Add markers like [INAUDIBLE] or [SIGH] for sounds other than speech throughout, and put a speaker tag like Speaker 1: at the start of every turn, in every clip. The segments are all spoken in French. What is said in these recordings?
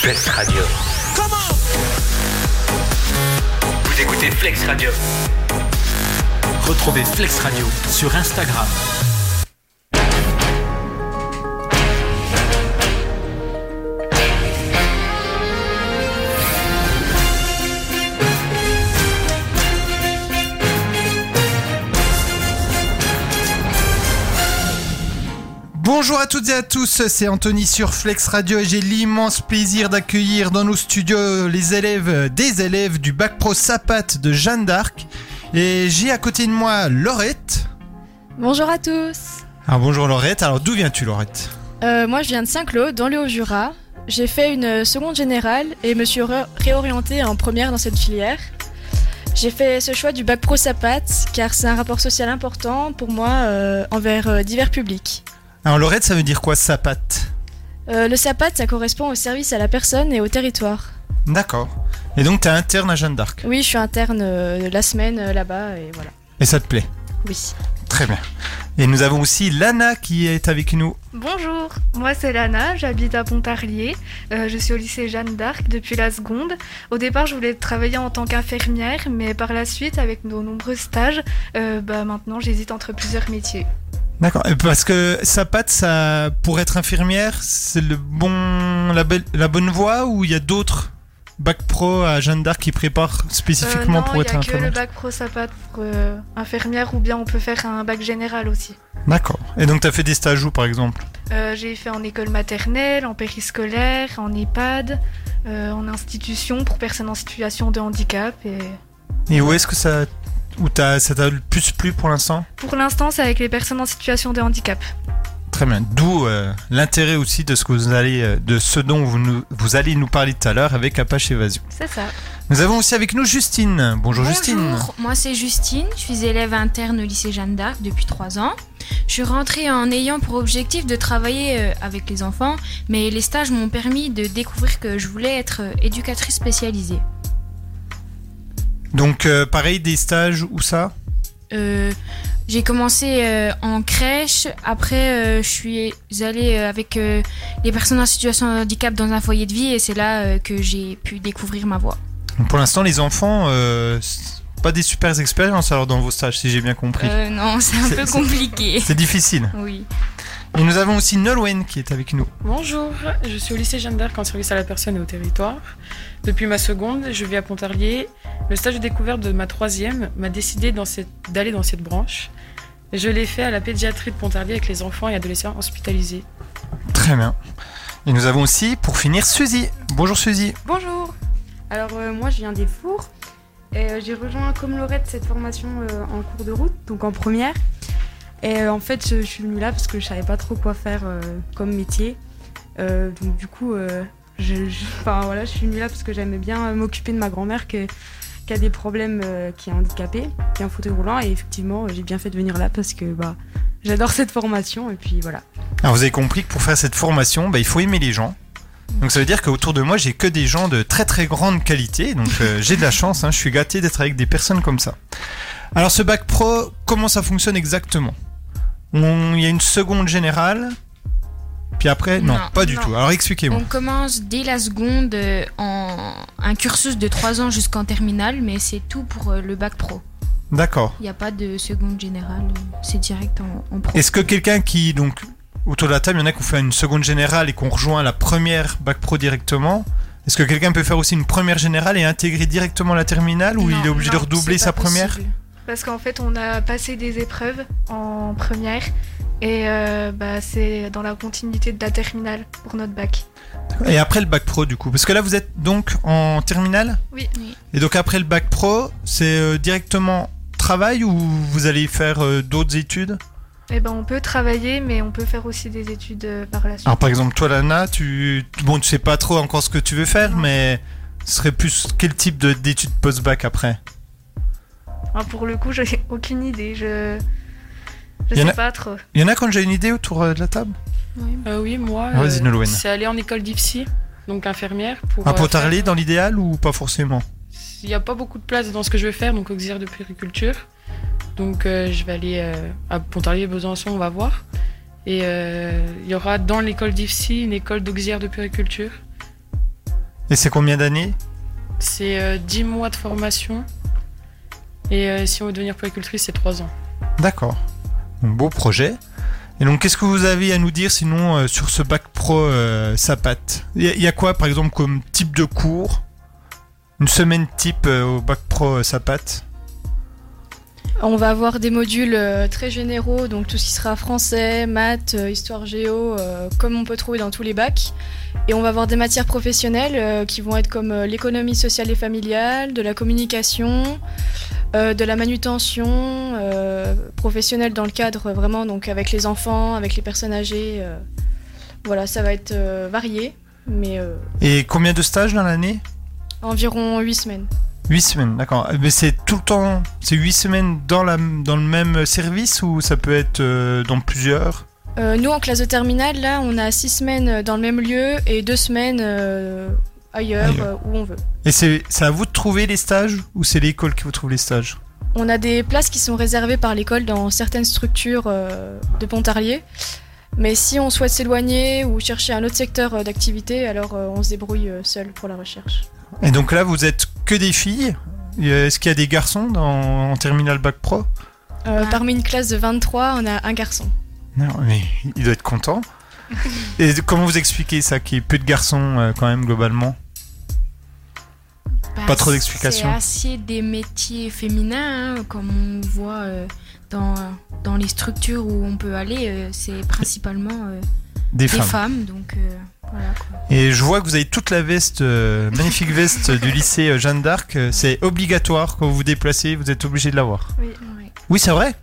Speaker 1: Flex Radio.
Speaker 2: Comment
Speaker 1: Vous écoutez Flex Radio. Retrouvez Flex Radio sur Instagram.
Speaker 3: Bonjour à toutes et à tous, c'est Anthony sur Flex Radio et j'ai l'immense plaisir d'accueillir dans nos studios les élèves, des élèves du bac pro Sapat de Jeanne d'Arc. Et j'ai à côté de moi Laurette.
Speaker 4: Bonjour à tous.
Speaker 3: Ah bonjour Laurette, alors d'où viens-tu Laurette
Speaker 4: Euh, moi, je viens de Saint-Cloud, dans le Haut-Jura. J'ai fait une seconde générale et me suis re- réorientée en première dans cette filière. J'ai fait ce choix du bac pro Sapat car c'est un rapport social important pour moi euh, envers euh, divers publics.
Speaker 3: Alors Laurette ça veut dire quoi Sapat
Speaker 4: Euh, le Sapat, ça correspond au service à la personne et au territoire.
Speaker 3: D'accord. Et donc t'es interne à Jeanne d'Arc
Speaker 4: Oui, je suis interne euh, la semaine euh, là-bas et voilà.
Speaker 3: et ça te plaît
Speaker 4: Oui.
Speaker 3: Très bien. Et nous avons aussi Lana qui est avec nous.
Speaker 5: Bonjour, moi c'est Lana, j'habite à Pontarlier, Euh, je suis au lycée Jeanne d'Arc depuis la seconde. Au départ je voulais travailler en tant qu'infirmière, mais par la suite avec nos nombreux stages, euh, bah, maintenant j'hésite entre plusieurs métiers.
Speaker 3: D'accord. Euh, Parce que Sapat, ça, pour être infirmière, c'est le bon, la, belle- la bonne voie ou il y a d'autres bac pro à Jeanne d'Arc qui préparent
Speaker 5: Euh,
Speaker 3: spécifiquement
Speaker 5: non, il
Speaker 3: pour
Speaker 5: n'y
Speaker 3: être
Speaker 5: a que le
Speaker 3: infirmière
Speaker 5: bac pro sapat pour euh, infirmière ou bien on peut faire un bac général aussi.
Speaker 3: D'accord. Et donc, tu as fait des stages où, par exemple
Speaker 5: Euh, j'ai fait en école maternelle, en périscolaire, en EHPAD, euh, en institution pour personnes en situation de handicap et...
Speaker 3: Et où est-ce que ça, où t'as- ça t'a le plus plu pour l'instant
Speaker 5: Pour l'instant, c'est avec les personnes en situation de handicap.
Speaker 3: Très bien. D'où euh, l'intérêt aussi de ce que vous allez, euh, de ce dont vous, nous- vous allez nous parler tout à l'heure avec Apache Évasion.
Speaker 5: C'est ça.
Speaker 3: Nous avons aussi avec nous Justine. Bonjour, Justine.
Speaker 6: moi c'est Justine, je suis élève interne au lycée Jeanne d'Arc depuis 3 ans. Je suis rentrée en ayant pour objectif de travailler euh, avec les enfants, mais les stages m'ont permis de découvrir que je voulais être euh, éducatrice spécialisée.
Speaker 3: Donc, euh, pareil, des stages où ça
Speaker 6: Euh, j'ai commencé euh, en crèche, après euh, je suis allée euh, avec euh, les personnes en situation de handicap dans un foyer de vie et c'est là euh, que j'ai pu découvrir ma voie.
Speaker 3: Donc, Pour l'instant, les enfants, euh, c'est pas des super expériences alors dans vos stages, si j'ai bien compris.
Speaker 6: Euh, non, c'est un
Speaker 3: C'est-
Speaker 6: peu
Speaker 3: c'est-
Speaker 6: compliqué. [LAUGHS]
Speaker 3: C'est difficile.
Speaker 6: Oui.
Speaker 3: Et nous avons aussi Nolwenn qui est avec nous.
Speaker 7: Bonjour, je suis au lycée Jeanne d'Arc en service à la personne et au territoire. Depuis ma seconde, je vis à Pontarlier. Le stage de découverte de ma troisième m'a décidé dans cette- d'aller dans cette branche. Je l'ai fait à la pédiatrie de Pontarlier avec les enfants et adolescents hospitalisés.
Speaker 3: Très bien. Et nous avons aussi, pour finir, Suzy. Bonjour Suzy.
Speaker 8: Bonjour Alors euh, moi je viens des Fours et euh, j'ai rejoint comme Laurette cette formation euh, en cours de route, donc en première. Et euh, en fait je, je suis venue là parce que je savais pas trop quoi faire euh, comme métier. Euh, donc du coup euh, je, je- enfin, voilà, je suis venue là parce que j'aimais bien euh, m'occuper de ma grand-mère que- qui a des problèmes, euh, qui est handicapée, qui a un fauteuil roulant et effectivement euh, j'ai bien fait de venir là parce que bah, j'adore cette formation et puis voilà.
Speaker 3: Alors vous avez compris que pour faire cette formation, bah, il faut aimer les gens. Donc ça veut dire qu'autour de moi, j'ai que des gens de très très grande qualité. Donc euh, j'ai de la chance, hein, je suis gâté d'être avec des personnes comme ça. Alors ce bac pro, comment ça fonctionne exactement On- Il y a une seconde générale. Puis après, non,
Speaker 6: Non,
Speaker 3: pas du
Speaker 6: non.
Speaker 3: tout. Alors expliquez-moi.
Speaker 6: On commence dès la seconde euh, en un cursus de 3 ans jusqu'en terminale, mais c'est tout pour euh, le bac pro.
Speaker 3: D'accord.
Speaker 6: Il n'y a pas de seconde générale, euh, c'est direct en, en pro.
Speaker 3: Est-ce que quelqu'un qui, donc, autour de la table, il y en a qui ont fait une seconde générale et qu'on rejoint la première bac pro directement Est-ce que quelqu'un peut faire aussi une première générale et intégrer directement la terminale ou
Speaker 6: Non,
Speaker 3: il est obligé
Speaker 5: non,
Speaker 3: de redoubler
Speaker 6: C'est
Speaker 3: sa
Speaker 6: pas
Speaker 3: première
Speaker 6: possible.
Speaker 5: Parce qu'en fait, on a passé des épreuves en première et euh, bah, c'est dans la continuité de la terminale pour notre bac.
Speaker 3: Et après le bac pro, du coup Parce que là, vous êtes donc en terminale
Speaker 5: Oui.
Speaker 6: Oui.
Speaker 3: Et donc après le bac pro, c'est euh, directement travail ou vous allez faire euh, d'autres études
Speaker 5: Et ben, on peut travailler, mais on peut faire aussi des études euh, par la suite.
Speaker 3: Alors par exemple, toi, Lana, tu. Bon, tu sais pas trop encore ce que tu veux faire,
Speaker 5: Non.
Speaker 3: mais ce serait plus quel type de- d'études post-bac après Ah.
Speaker 5: Hein, pour le coup, [LAUGHS] j'ai aucune idée. Je je
Speaker 3: Y en
Speaker 5: sais
Speaker 3: a-
Speaker 5: pas trop.
Speaker 3: Il y en a quand j'ai une idée autour euh, de la table
Speaker 7: Euh, oui, moi,
Speaker 3: Ah, Vas-y, Nolwenn.
Speaker 7: c'est aller en école d'IPSI, donc infirmière. Pour,
Speaker 3: Un
Speaker 7: euh,
Speaker 3: Pontarlier
Speaker 7: faire-
Speaker 3: dans l'idéal ou pas forcément
Speaker 7: Il n'y a pas beaucoup de place dans ce que je veux faire, donc auxiliaire de périculture. Donc euh, je vais aller euh, à Pontarlier, Besançon, on va voir. Et euh, il y aura dans l'école d'IFSI une école d'auxiliaire de puriculture.
Speaker 3: Et c'est combien d'années
Speaker 7: C'est euh, 10 mois de formation. Et euh, si on veut devenir puricultrice, c'est 3 ans.
Speaker 3: D'accord. Donc, beau projet. Et donc, qu'est-ce que vous avez à nous dire sinon euh, sur ce bac pro euh, Sapat Il y, a- il y a quoi, par exemple, comme type de cours Une semaine type euh, au bac pro euh, Sapat
Speaker 4: On va avoir des modules euh, très généraux, donc tout ce qui sera français, maths, euh, histoire géo, euh, comme on peut trouver dans tous les bacs. Et on va avoir des matières professionnelles euh, qui vont être comme euh, l'économie sociale et familiale, de la communication, euh, de la manutention euh, professionnelle dans le cadre euh, vraiment donc avec les enfants, avec les personnes âgées. euh. voilà, ça va être euh, varié, mais euh,
Speaker 3: Et combien de stages dans l'année
Speaker 4: environ 8 semaines.
Speaker 3: 8 semaines, d'accord. Euh, Mais c'est tout le temps, c'est 8 semaines dans, la, dans le même service ou ça peut être euh, dans plusieurs
Speaker 4: Euh, nous, en classe de terminale, là, on a six semaines euh, dans le même lieu et deux semaines euh, ailleurs,
Speaker 3: Ailleurs.
Speaker 4: euh, où on veut.
Speaker 3: Et c'est c'est à vous de trouver les stages ou c'est l'école qui vous trouve les stages
Speaker 4: On a des places qui sont réservées par l'école dans certaines structures euh, de Pontarlier. Mais si on souhaite s'éloigner ou chercher un autre secteur euh, d'activité, alors euh, on se débrouille euh, seul pour la recherche.
Speaker 3: Et donc là, vous êtes que des filles Et, euh, Est-ce qu'il y a des garçons dans, en terminale bac pro
Speaker 4: Euh,
Speaker 6: Ah.
Speaker 4: Parmi une classe de 23, on a un garçon.
Speaker 3: Non, mais il doit être [LAUGHS] content. Et comment vous expliquez ça, qu'il y ait peu de garçons euh, quand même globalement Pas trop d'explications.
Speaker 6: C'est assez des métiers féminins, hein, comme on voit euh, dans, dans les structures où on peut aller, euh, c'est principalement euh,
Speaker 3: Des
Speaker 6: des femmes.
Speaker 3: femmes.
Speaker 6: donc euh, voilà quoi.
Speaker 3: Et je vois que vous avez toute la veste, euh, magnifique veste du lycée euh, Jeanne d'Arc. Euh, C'est obligatoire quand vous vous déplacez, vous êtes obligé de l'avoir.
Speaker 6: Ouais.
Speaker 3: Oui, c'est vrai.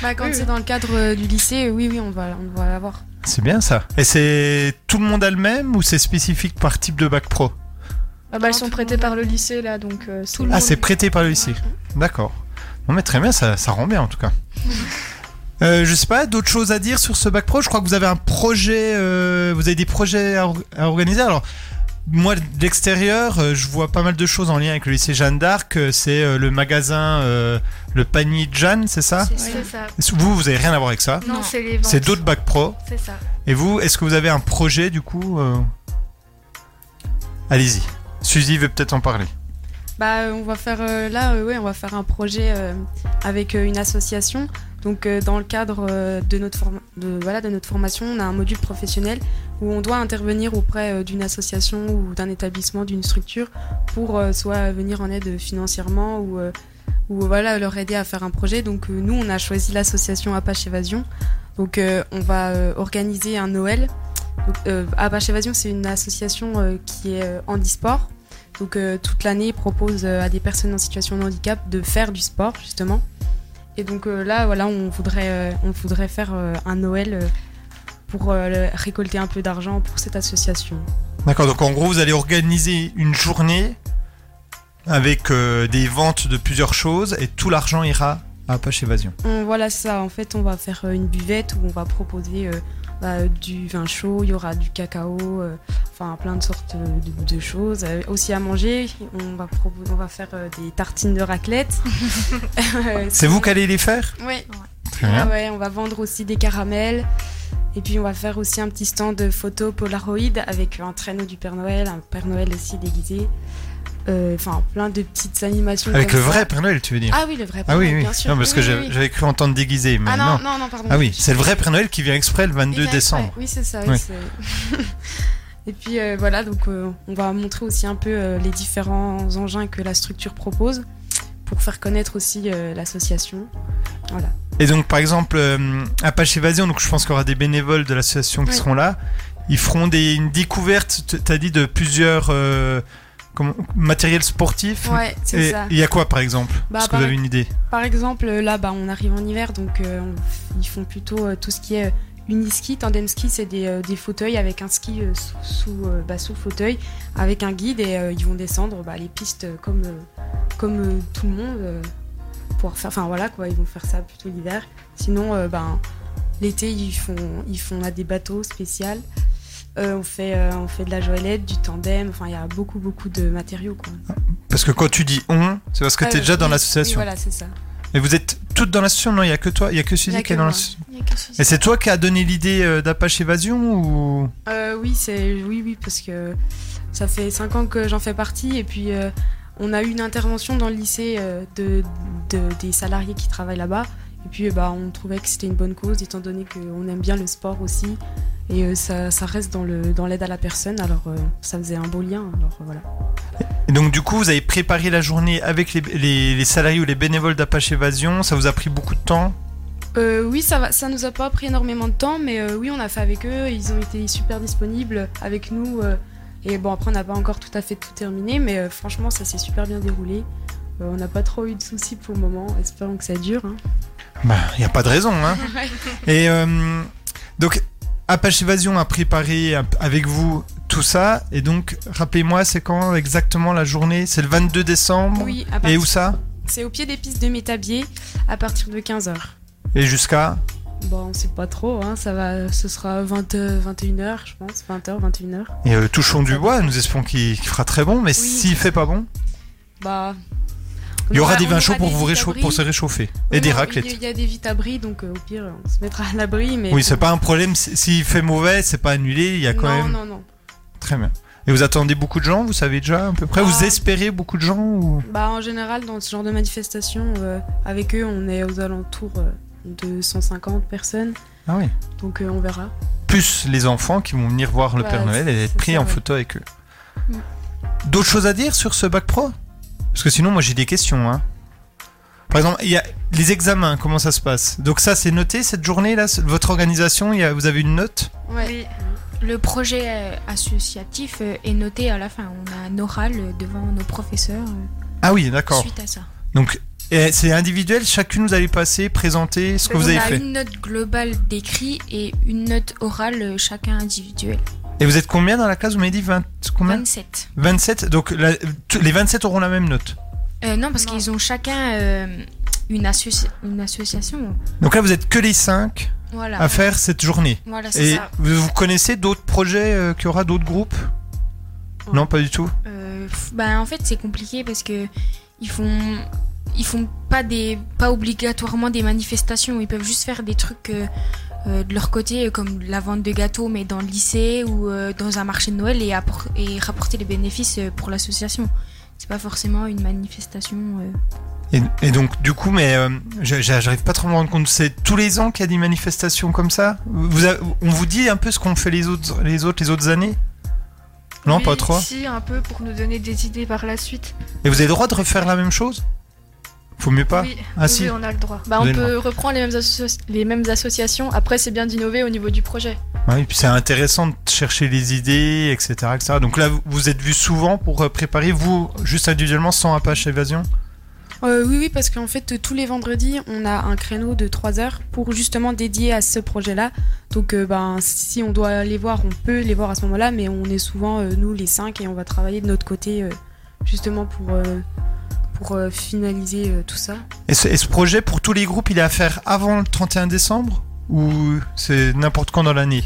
Speaker 8: Bah, quand c'est dans le cadre euh, du lycée, euh, oui, oui, on va, on va l'avoir.
Speaker 3: C'est bien ça. Et c'est tout le monde a le même ou c'est spécifique par type de bac pro
Speaker 4: Ah bah,
Speaker 6: Non,
Speaker 4: elles sont
Speaker 6: tout le
Speaker 4: prêtées
Speaker 6: monde.
Speaker 8: hein.
Speaker 4: par le lycée, là, donc euh, c'est-
Speaker 6: Tout le
Speaker 3: Ah,
Speaker 6: monde.
Speaker 3: c'est prêté par le lycée. D'accord. Non mais très bien, ça, ça rend bien en tout cas. Euh, je sais pas, d'autres choses à dire sur ce bac pro Je crois que vous avez un projet, euh, vous avez des projets à, or- à organiser. Alors, moi, de l'extérieur, euh, je vois pas mal de choses en lien avec le lycée Jeanne d'Arc. Euh, C'est euh, le magasin, euh, le panier de Jeanne, c'est ça
Speaker 6: C'est ça.
Speaker 5: C'est ça.
Speaker 3: Vous, vous avez rien à voir avec ça.
Speaker 5: Non,
Speaker 6: Non.
Speaker 5: c'est les ventes.
Speaker 3: Ah. C'est d'autres bacs pro.
Speaker 5: C'est ça.
Speaker 3: Et vous, est-ce que vous avez un projet du coup euh Allez-y. Suzy veut peut-être en parler.
Speaker 8: Bah, euh, on va faire euh, là, euh, ouais, on va faire un projet euh, avec euh, une association. Donc, euh, dans le cadre euh, de notre forma- de, voilà, de notre formation, on a un module professionnel où on doit intervenir auprès euh, d'une association ou d'un établissement, d'une structure, pour euh, soit venir en aide financièrement ou euh, ou voilà leur aider à faire un projet. Donc, euh, nous, on a choisi l'association Apache Évasion. Donc, euh, on va euh, organiser un Noël. Donc, euh, Apache Évasion, c'est une association euh, qui est euh, handisport. Donc euh, toute l'année, ils proposent euh, à des personnes en situation de handicap de faire du sport justement. Et donc euh, là, voilà, on voudrait, euh, on voudrait faire euh, un Noël euh, pour euh, le- récolter un peu d'argent pour cette association.
Speaker 3: D'accord, donc en gros, vous allez organiser une journée avec euh, des ventes de plusieurs choses et tout l'argent ira à Apache Évasion.
Speaker 8: On- voilà c'est ça. En fait, on va faire euh, une buvette où on va proposer euh, bah, du vin chaud, il y aura du cacao, euh, enfin plein de sortes de, de choses. Euh, aussi à manger, on va propo- on va faire euh, des tartines de raclette. Euh,
Speaker 3: C'est vous qui allez les faire
Speaker 8: Ouais.
Speaker 3: Très
Speaker 8: Ah ouais, on va vendre aussi des caramels. Et puis on va faire aussi un petit stand de photos Polaroid avec un traîneau du Père Noël, un Père Noël aussi déguisé. Euh, Enfin, plein de petites animations.
Speaker 3: Avec
Speaker 8: Ah, comme
Speaker 3: le
Speaker 8: ça.
Speaker 3: vrai Père Noël, tu veux dire
Speaker 8: Ah oui, le vrai Père
Speaker 3: Ah oui,
Speaker 8: Noël,
Speaker 3: oui.
Speaker 8: bien sûr.
Speaker 3: Non, parce
Speaker 8: Oui,
Speaker 3: que
Speaker 8: oui,
Speaker 3: j'avais
Speaker 8: oui.
Speaker 3: j'avais cru entendre déguisé, mais
Speaker 8: Ah
Speaker 3: non.
Speaker 8: non, non, non, pardon.
Speaker 3: Ah oui, c'est le vrai Père Noël qui vient exprès le 22
Speaker 8: Exact,
Speaker 3: décembre.
Speaker 8: ouais. Oui, c'est ça. oui,
Speaker 3: Oui.
Speaker 8: c'est- [LAUGHS] Et puis euh, voilà, donc euh, on va montrer aussi un peu euh, les différents engins que la structure propose pour faire connaître aussi euh, l'association. Voilà.
Speaker 3: Et donc, par exemple, euh, Apache Évasion, donc je pense qu'il y aura des bénévoles de l'association qui
Speaker 8: Oui.
Speaker 3: seront là. Ils feront des, une découverte, t- t'as dit, de plusieurs euh, comment- matériels sportifs.
Speaker 8: Ouais,
Speaker 3: Et
Speaker 8: c'est ça.
Speaker 3: il y a quoi, par exemple
Speaker 8: Bah,
Speaker 3: Parce que
Speaker 8: par
Speaker 3: vous avez une idée.
Speaker 8: Par exemple, euh, là, bah, on arrive en hiver, donc euh, on f- ils font plutôt euh, tout ce qui est euh, uniski, tandem ski, c'est des, euh, des fauteuils avec un ski euh, sous, sous, euh, bah, sous fauteuil, avec un guide, et euh, ils vont descendre bah, les pistes euh, comme, euh, comme euh, tout le monde. euh, pour faire, enfin voilà quoi, ils vont faire ça plutôt l'hiver. Sinon, euh, ben, l'été, ils font, ils font, on a des bateaux spéciaux. Euh, on, fait, euh, on fait de la joëlette, du tandem, enfin il y a beaucoup beaucoup de matériaux quoi.
Speaker 3: Parce que quand tu dis on, c'est parce que
Speaker 8: Ah,
Speaker 3: t'es
Speaker 8: euh,
Speaker 3: déjà dans
Speaker 8: oui,
Speaker 3: l'association.
Speaker 8: Oui, voilà, c'est ça.
Speaker 3: Et vous êtes toutes dans l'association Non, il n'y a que toi, il n'y a que Suzy
Speaker 8: a
Speaker 3: qui est
Speaker 8: que
Speaker 3: dans
Speaker 8: moi.
Speaker 3: l'association. Et c'est toi qui as donné l'idée euh, d'Apache Évasion ou
Speaker 8: Euh, oui, c'est oui, oui, parce que ça fait 5 ans que j'en fais partie et puis euh, on a eu une intervention dans le lycée euh, de, de- des salariés qui travaillent là-bas et puis euh, bah, on trouvait que c'était une bonne cause étant donné qu'on aime bien le sport aussi et euh, ça, ça reste dans le dans l'aide à la personne alors euh, ça faisait un beau lien alors euh, voilà.
Speaker 3: Et donc du coup, vous avez préparé la journée avec les, les- les salariés ou les bénévoles d'Apache Évasion. Ça vous a pris beaucoup de temps.
Speaker 8: Euh, oui, ça, va, ça nous a pas pris énormément de temps, mais euh, oui, on a fait avec eux. Ils ont été super disponibles avec nous. euh, et bon, après, on n'a pas encore tout à fait tout terminé, mais euh, franchement, ça s'est super bien déroulé. Euh, on n'a pas trop eu de soucis pour le moment. Espérons que ça dure. hein.
Speaker 3: Bah, il n'y a pas de raison.
Speaker 8: [LAUGHS]
Speaker 3: Hein. Et euh, donc, Apache Évasion a préparé ap- avec vous tout ça. Et donc, rappelez-moi, c'est quand exactement la journée C'est le 22 décembre
Speaker 8: Oui, à
Speaker 3: Et
Speaker 8: partir-
Speaker 3: où ça
Speaker 8: C'est au pied des pistes de Métabier à partir de 15h.
Speaker 3: Et jusqu'à
Speaker 8: Bon, on sait pas trop, hein, ça va, ce sera 20, 21h, je pense, 20h, 21h.
Speaker 3: Et euh, touchons du bois, nous espérons qu'il qu'il fera très bon, mais s'il fait pas bon,
Speaker 8: Bah.
Speaker 3: il y
Speaker 8: on
Speaker 3: aura des
Speaker 8: on
Speaker 3: vins chauds
Speaker 8: aura
Speaker 3: pour,
Speaker 8: des
Speaker 3: vous réchauffer-
Speaker 8: vitabris.
Speaker 3: pour se réchauffer.
Speaker 8: Oui,
Speaker 3: Et des
Speaker 8: non,
Speaker 3: raclettes.
Speaker 8: Il y a- il y a des vitabris, donc euh, au pire, on se mettra à l'abri. Mais
Speaker 3: Oui, c'est pas un problème. si- S'il fait mauvais, c'est pas annulé. Il y a quand
Speaker 8: non,
Speaker 3: même.
Speaker 8: Non, non,
Speaker 3: Très bien. Et vous attendez beaucoup de gens, vous savez déjà à peu près Vous
Speaker 8: Ah.
Speaker 3: espérez beaucoup de gens ou...
Speaker 8: Bah, en général, dans ce genre de manifestation, euh, avec eux, on est aux alentours euh, de 150 personnes.
Speaker 3: Ah oui.
Speaker 8: Donc, euh, on verra.
Speaker 3: Plus les enfants qui vont venir voir le
Speaker 8: Bah,
Speaker 3: Père Noël et
Speaker 8: c'est
Speaker 3: être pris
Speaker 8: ça,
Speaker 3: en
Speaker 8: ouais.
Speaker 3: photo avec eux.
Speaker 6: Mm.
Speaker 3: D'autres choses à dire sur ce bac pro Parce que sinon, moi j'ai des questions. hein. Par exemple, il y a les examens, comment ça se passe Donc, ça, c'est noté cette journée-là c'est- Votre organisation, il y a- vous avez une note
Speaker 5: Oui.
Speaker 6: Le projet euh, associatif euh, est noté à la fin. On a un oral euh, devant nos professeurs euh,
Speaker 3: Ah oui, d'accord.
Speaker 6: suite à ça.
Speaker 3: Donc, et c'est individuel, chacune vous allez passer, présenter ce que vous
Speaker 6: on
Speaker 3: avez
Speaker 6: a
Speaker 3: fait.
Speaker 6: une note globale d'écrit et une note orale euh, chacun individuelle.
Speaker 3: Et vous êtes combien dans la classe Vous m'avez dit 20, combien
Speaker 6: 27.
Speaker 3: 27, donc la- tous- les 27 auront la même note.
Speaker 6: Euh, non, parce qu'ils ont chacun euh, une, associ- une association.
Speaker 3: Donc là, vous êtes que les 5
Speaker 6: Voilà.
Speaker 3: à faire cette journée.
Speaker 6: Voilà, c'est
Speaker 3: Ah. Et
Speaker 6: ça.
Speaker 3: vous, vous connaissez d'autres projets euh, qu'il y aura d'autres groupes
Speaker 8: Ouais.
Speaker 3: Non, pas du tout.
Speaker 6: Euh, pff, bah, en fait, c'est compliqué parce que ils font, ils font pas des, pas obligatoirement des manifestations. Ils peuvent juste faire des trucs euh, euh, de leur côté, euh, comme la vente de gâteaux, mais dans le lycée ou euh, dans un marché de Noël et, appor- et rapporter les bénéfices euh, pour l'association. C'est pas forcément une manifestation. euh.
Speaker 3: Et, et donc, du coup, mais euh, j'a- j'a- j'arrive pas trop à me rendre compte. C'est tous les ans qu'il y a des manifestations comme ça vous, a- On vous dit un peu ce qu'on fait les autres, les autres, les autres années Non,
Speaker 5: Oui,
Speaker 3: pas trop.
Speaker 5: Si, un peu pour nous donner des idées par la suite.
Speaker 3: Et vous avez le droit de refaire la même chose Faut mieux pas
Speaker 5: oui,
Speaker 3: Ah,
Speaker 5: oui,
Speaker 3: si.
Speaker 5: on a le droit.
Speaker 4: Bah, on
Speaker 3: Donnez-le-moi.
Speaker 4: peut reprendre les mêmes, associa- les mêmes associations. Après, c'est bien d'innover au niveau du projet.
Speaker 3: Ouais, et Ah puis c'est intéressant de chercher les idées, etc., etc. Donc là, vous- vous êtes vu souvent pour euh, préparer, vous, juste individuellement, sans Apache Évasion
Speaker 8: Euh, oui, oui, parce qu'en fait, euh, tous les vendredis, on a un créneau de 3 heures pour justement dédier à ce projet-là. Donc, euh, ben, si on doit les voir, on peut les voir à ce moment-là, mais on est souvent, euh, nous, les 5 et on va travailler de notre côté, euh, justement, pour, euh, pour euh, finaliser euh, tout ça.
Speaker 3: Et ce, et ce projet, pour tous les groupes, il est à faire avant le 31 décembre Ou c'est n'importe quand dans l'année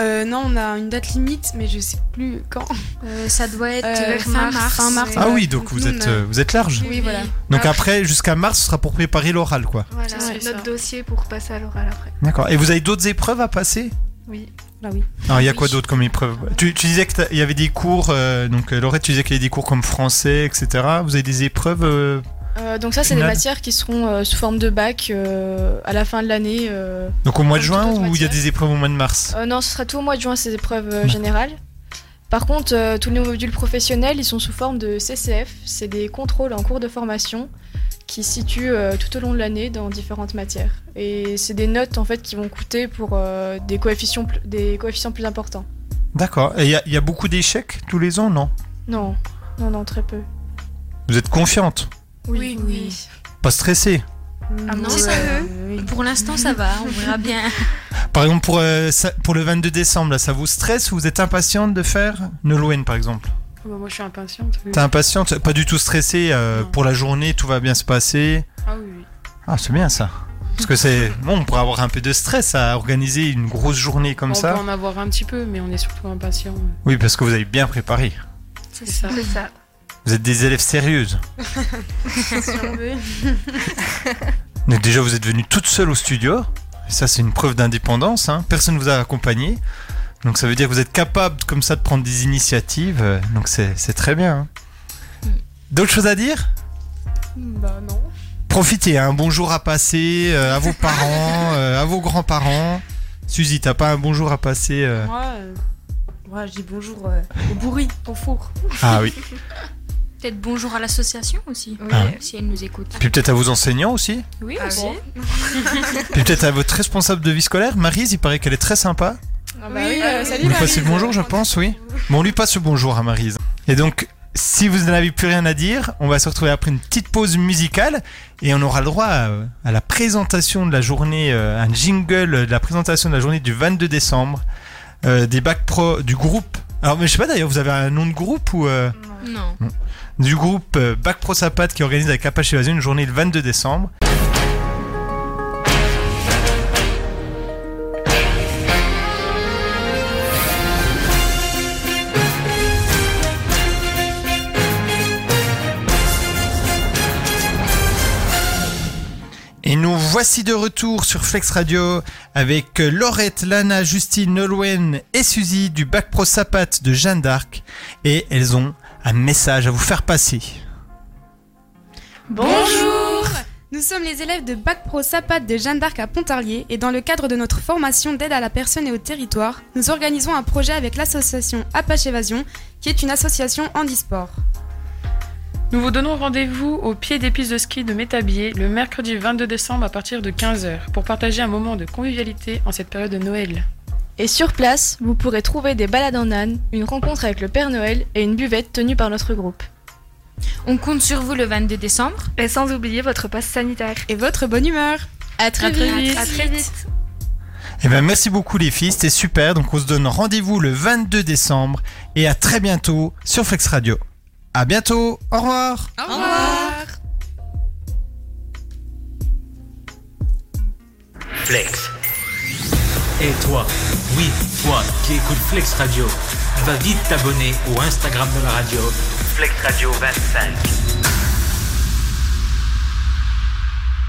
Speaker 8: Euh, non, on a une date limite, mais je sais plus quand.
Speaker 6: Euh, ça doit être
Speaker 8: Euh,
Speaker 6: vers fin mars.
Speaker 8: fin mars.
Speaker 6: ouais.
Speaker 3: Ah
Speaker 8: ouais,
Speaker 3: oui, donc
Speaker 8: donc
Speaker 3: vous
Speaker 8: bah, nous,
Speaker 3: êtes,
Speaker 8: on a-
Speaker 3: euh, vous êtes large.
Speaker 8: Oui, voilà.
Speaker 3: Donc après, jusqu'à mars, ce sera pour préparer l'oral, quoi.
Speaker 5: Voilà,
Speaker 7: C'est ça.
Speaker 5: notre dossier pour passer à l'oral après.
Speaker 3: D'accord. Et vous avez d'autres épreuves à passer
Speaker 5: Oui.
Speaker 8: Là, oui.
Speaker 3: Alors, il y a
Speaker 6: Oui.
Speaker 3: quoi d'autre comme épreuve tu, tu disais qu'il y avait des cours, euh, donc euh, Laurette, tu disais qu'il y avait des cours comme français, etc. Vous avez des épreuves euh,
Speaker 4: Euh, donc ça, c'est des
Speaker 3: Finale.
Speaker 4: matières qui seront euh, sous forme de bac euh, à la fin de l'année. euh.
Speaker 3: Donc au mois de
Speaker 4: Comme
Speaker 3: juin
Speaker 4: toute autre
Speaker 3: ou il y a
Speaker 4: matière.
Speaker 3: des épreuves au mois de mars
Speaker 4: Euh, non, ce sera tout au mois de juin, ces épreuves euh,
Speaker 3: D'accord.
Speaker 4: générales. Par contre, euh, tous les modules professionnels, ils sont sous forme de CCF. C'est des contrôles en cours de formation qui se situent euh, tout au long de l'année dans différentes matières. Et c'est des notes en fait qui vont coûter pour euh, des, coefficients pl- des coefficients plus importants.
Speaker 3: D'accord. Et il y a- il y, a beaucoup d'échecs tous les ans, non
Speaker 4: Non, non, non, très peu.
Speaker 3: Vous êtes confiante
Speaker 6: Oui, oui.
Speaker 3: Pas stressée
Speaker 6: non,
Speaker 8: Non,
Speaker 6: ça-
Speaker 8: euh, oui.
Speaker 6: Pour l'instant, ça va. On verra bien.
Speaker 3: Par exemple, pour, euh, ça- pour le 22 décembre, là, ça vous stresse ou vous êtes impatiente de faire Nolwenn, par exemple
Speaker 7: Ah bah moi, je suis impatiente. oui.
Speaker 3: T'es impatiente Pas du tout stressée euh,
Speaker 7: Non.
Speaker 3: pour la journée, tout va bien se passer
Speaker 7: Ah oui, oui.
Speaker 3: Ah, c'est bien ça. Parce que c'est bon, on pourrait avoir un peu de stress à organiser une grosse journée comme
Speaker 7: on peut
Speaker 3: ça.
Speaker 7: en avoir un petit peu, mais on est surtout impatient.
Speaker 3: Oui, parce que vous avez bien préparé.
Speaker 7: C'est ça.
Speaker 5: C'est ça.
Speaker 3: Vous êtes des élèves sérieuses.
Speaker 8: si on veut.
Speaker 3: Donc déjà, vous êtes venue toute seule au studio. Et ça, c'est une preuve d'indépendance. hein. Personne ne vous a accompagné. Donc ça veut dire que vous êtes capable comme ça de prendre des initiatives. Euh, Donc c'est c'est très bien. hein. D'autres choses à dire
Speaker 8: Bah non.
Speaker 3: Profitez, un bonjour à passer euh, à vos parents, euh, à vos grands-parents. Suzy, t'as pas un bonjour à passer euh,
Speaker 8: Moi, euh, moi, je dis bonjour euh, au bourri, au four.
Speaker 3: Ah oui.
Speaker 6: Peut-être bonjour à l'association aussi,
Speaker 8: Oui.
Speaker 3: Ah.
Speaker 6: si elle nous écoute.
Speaker 3: Puis peut-être à vos enseignants aussi.
Speaker 6: Oui,
Speaker 8: Ah aussi. bon
Speaker 3: Puis peut-être à votre responsable de vie scolaire, Marise, il paraît qu'elle est très sympa.
Speaker 8: Ah
Speaker 7: bah oui, euh, salut,
Speaker 3: Vous lui passez le bonjour, je pense, oui. Bon, on lui passe le bonjour à Marise. Et donc, si vous n'avez plus rien à dire, on va se retrouver après une petite pause musicale et on aura le droit à, à la présentation de la journée, euh, un jingle de la présentation de la journée du 22 décembre euh, des bacs pro du groupe. Alors, mais je sais pas d'ailleurs, vous avez un nom de groupe ou euh,
Speaker 6: Non.
Speaker 3: du groupe euh, Bac Pro Sapat qui organise avec Apache Evasion une journée le 22 décembre. Et nous voici de retour sur Flex Radio avec euh, Laurette, Lana, Justine, Nolwenn et Suzy du Bac Pro Sapat de Jeanne d'Arc. Et elles ont un message à vous faire passer.
Speaker 8: Bonjour Nous sommes les élèves de Bac Pro Sapat de Jeanne d'Arc à Pontarlier et dans le cadre de notre formation d'aide à la personne et au territoire, nous organisons un projet avec l'association Apache Évasion qui est une association handisport.
Speaker 7: Nous vous donnons rendez-vous au pied des pistes de ski de Métabier le mercredi 22 décembre à partir de 15h pour partager un moment de convivialité en cette période de Noël.
Speaker 4: Et sur place, vous pourrez trouver des balades en âne, une rencontre avec le Père Noël et une buvette tenue par notre groupe.
Speaker 6: On compte sur vous le 22 décembre.
Speaker 5: Et sans oublier votre passe sanitaire.
Speaker 8: Et votre bonne humeur
Speaker 4: À très, vite.
Speaker 5: À très vite.
Speaker 3: Eh ben merci beaucoup les filles, c'était super. Donc on se donne rendez-vous le 22 décembre et à très bientôt sur Flex Radio. À bientôt, au revoir.
Speaker 8: Au revoir
Speaker 1: Flex. Et toi, oui, toi qui écoutes Flex Radio, va vite t'abonner au Instagram de la radio. Flex Radio 25.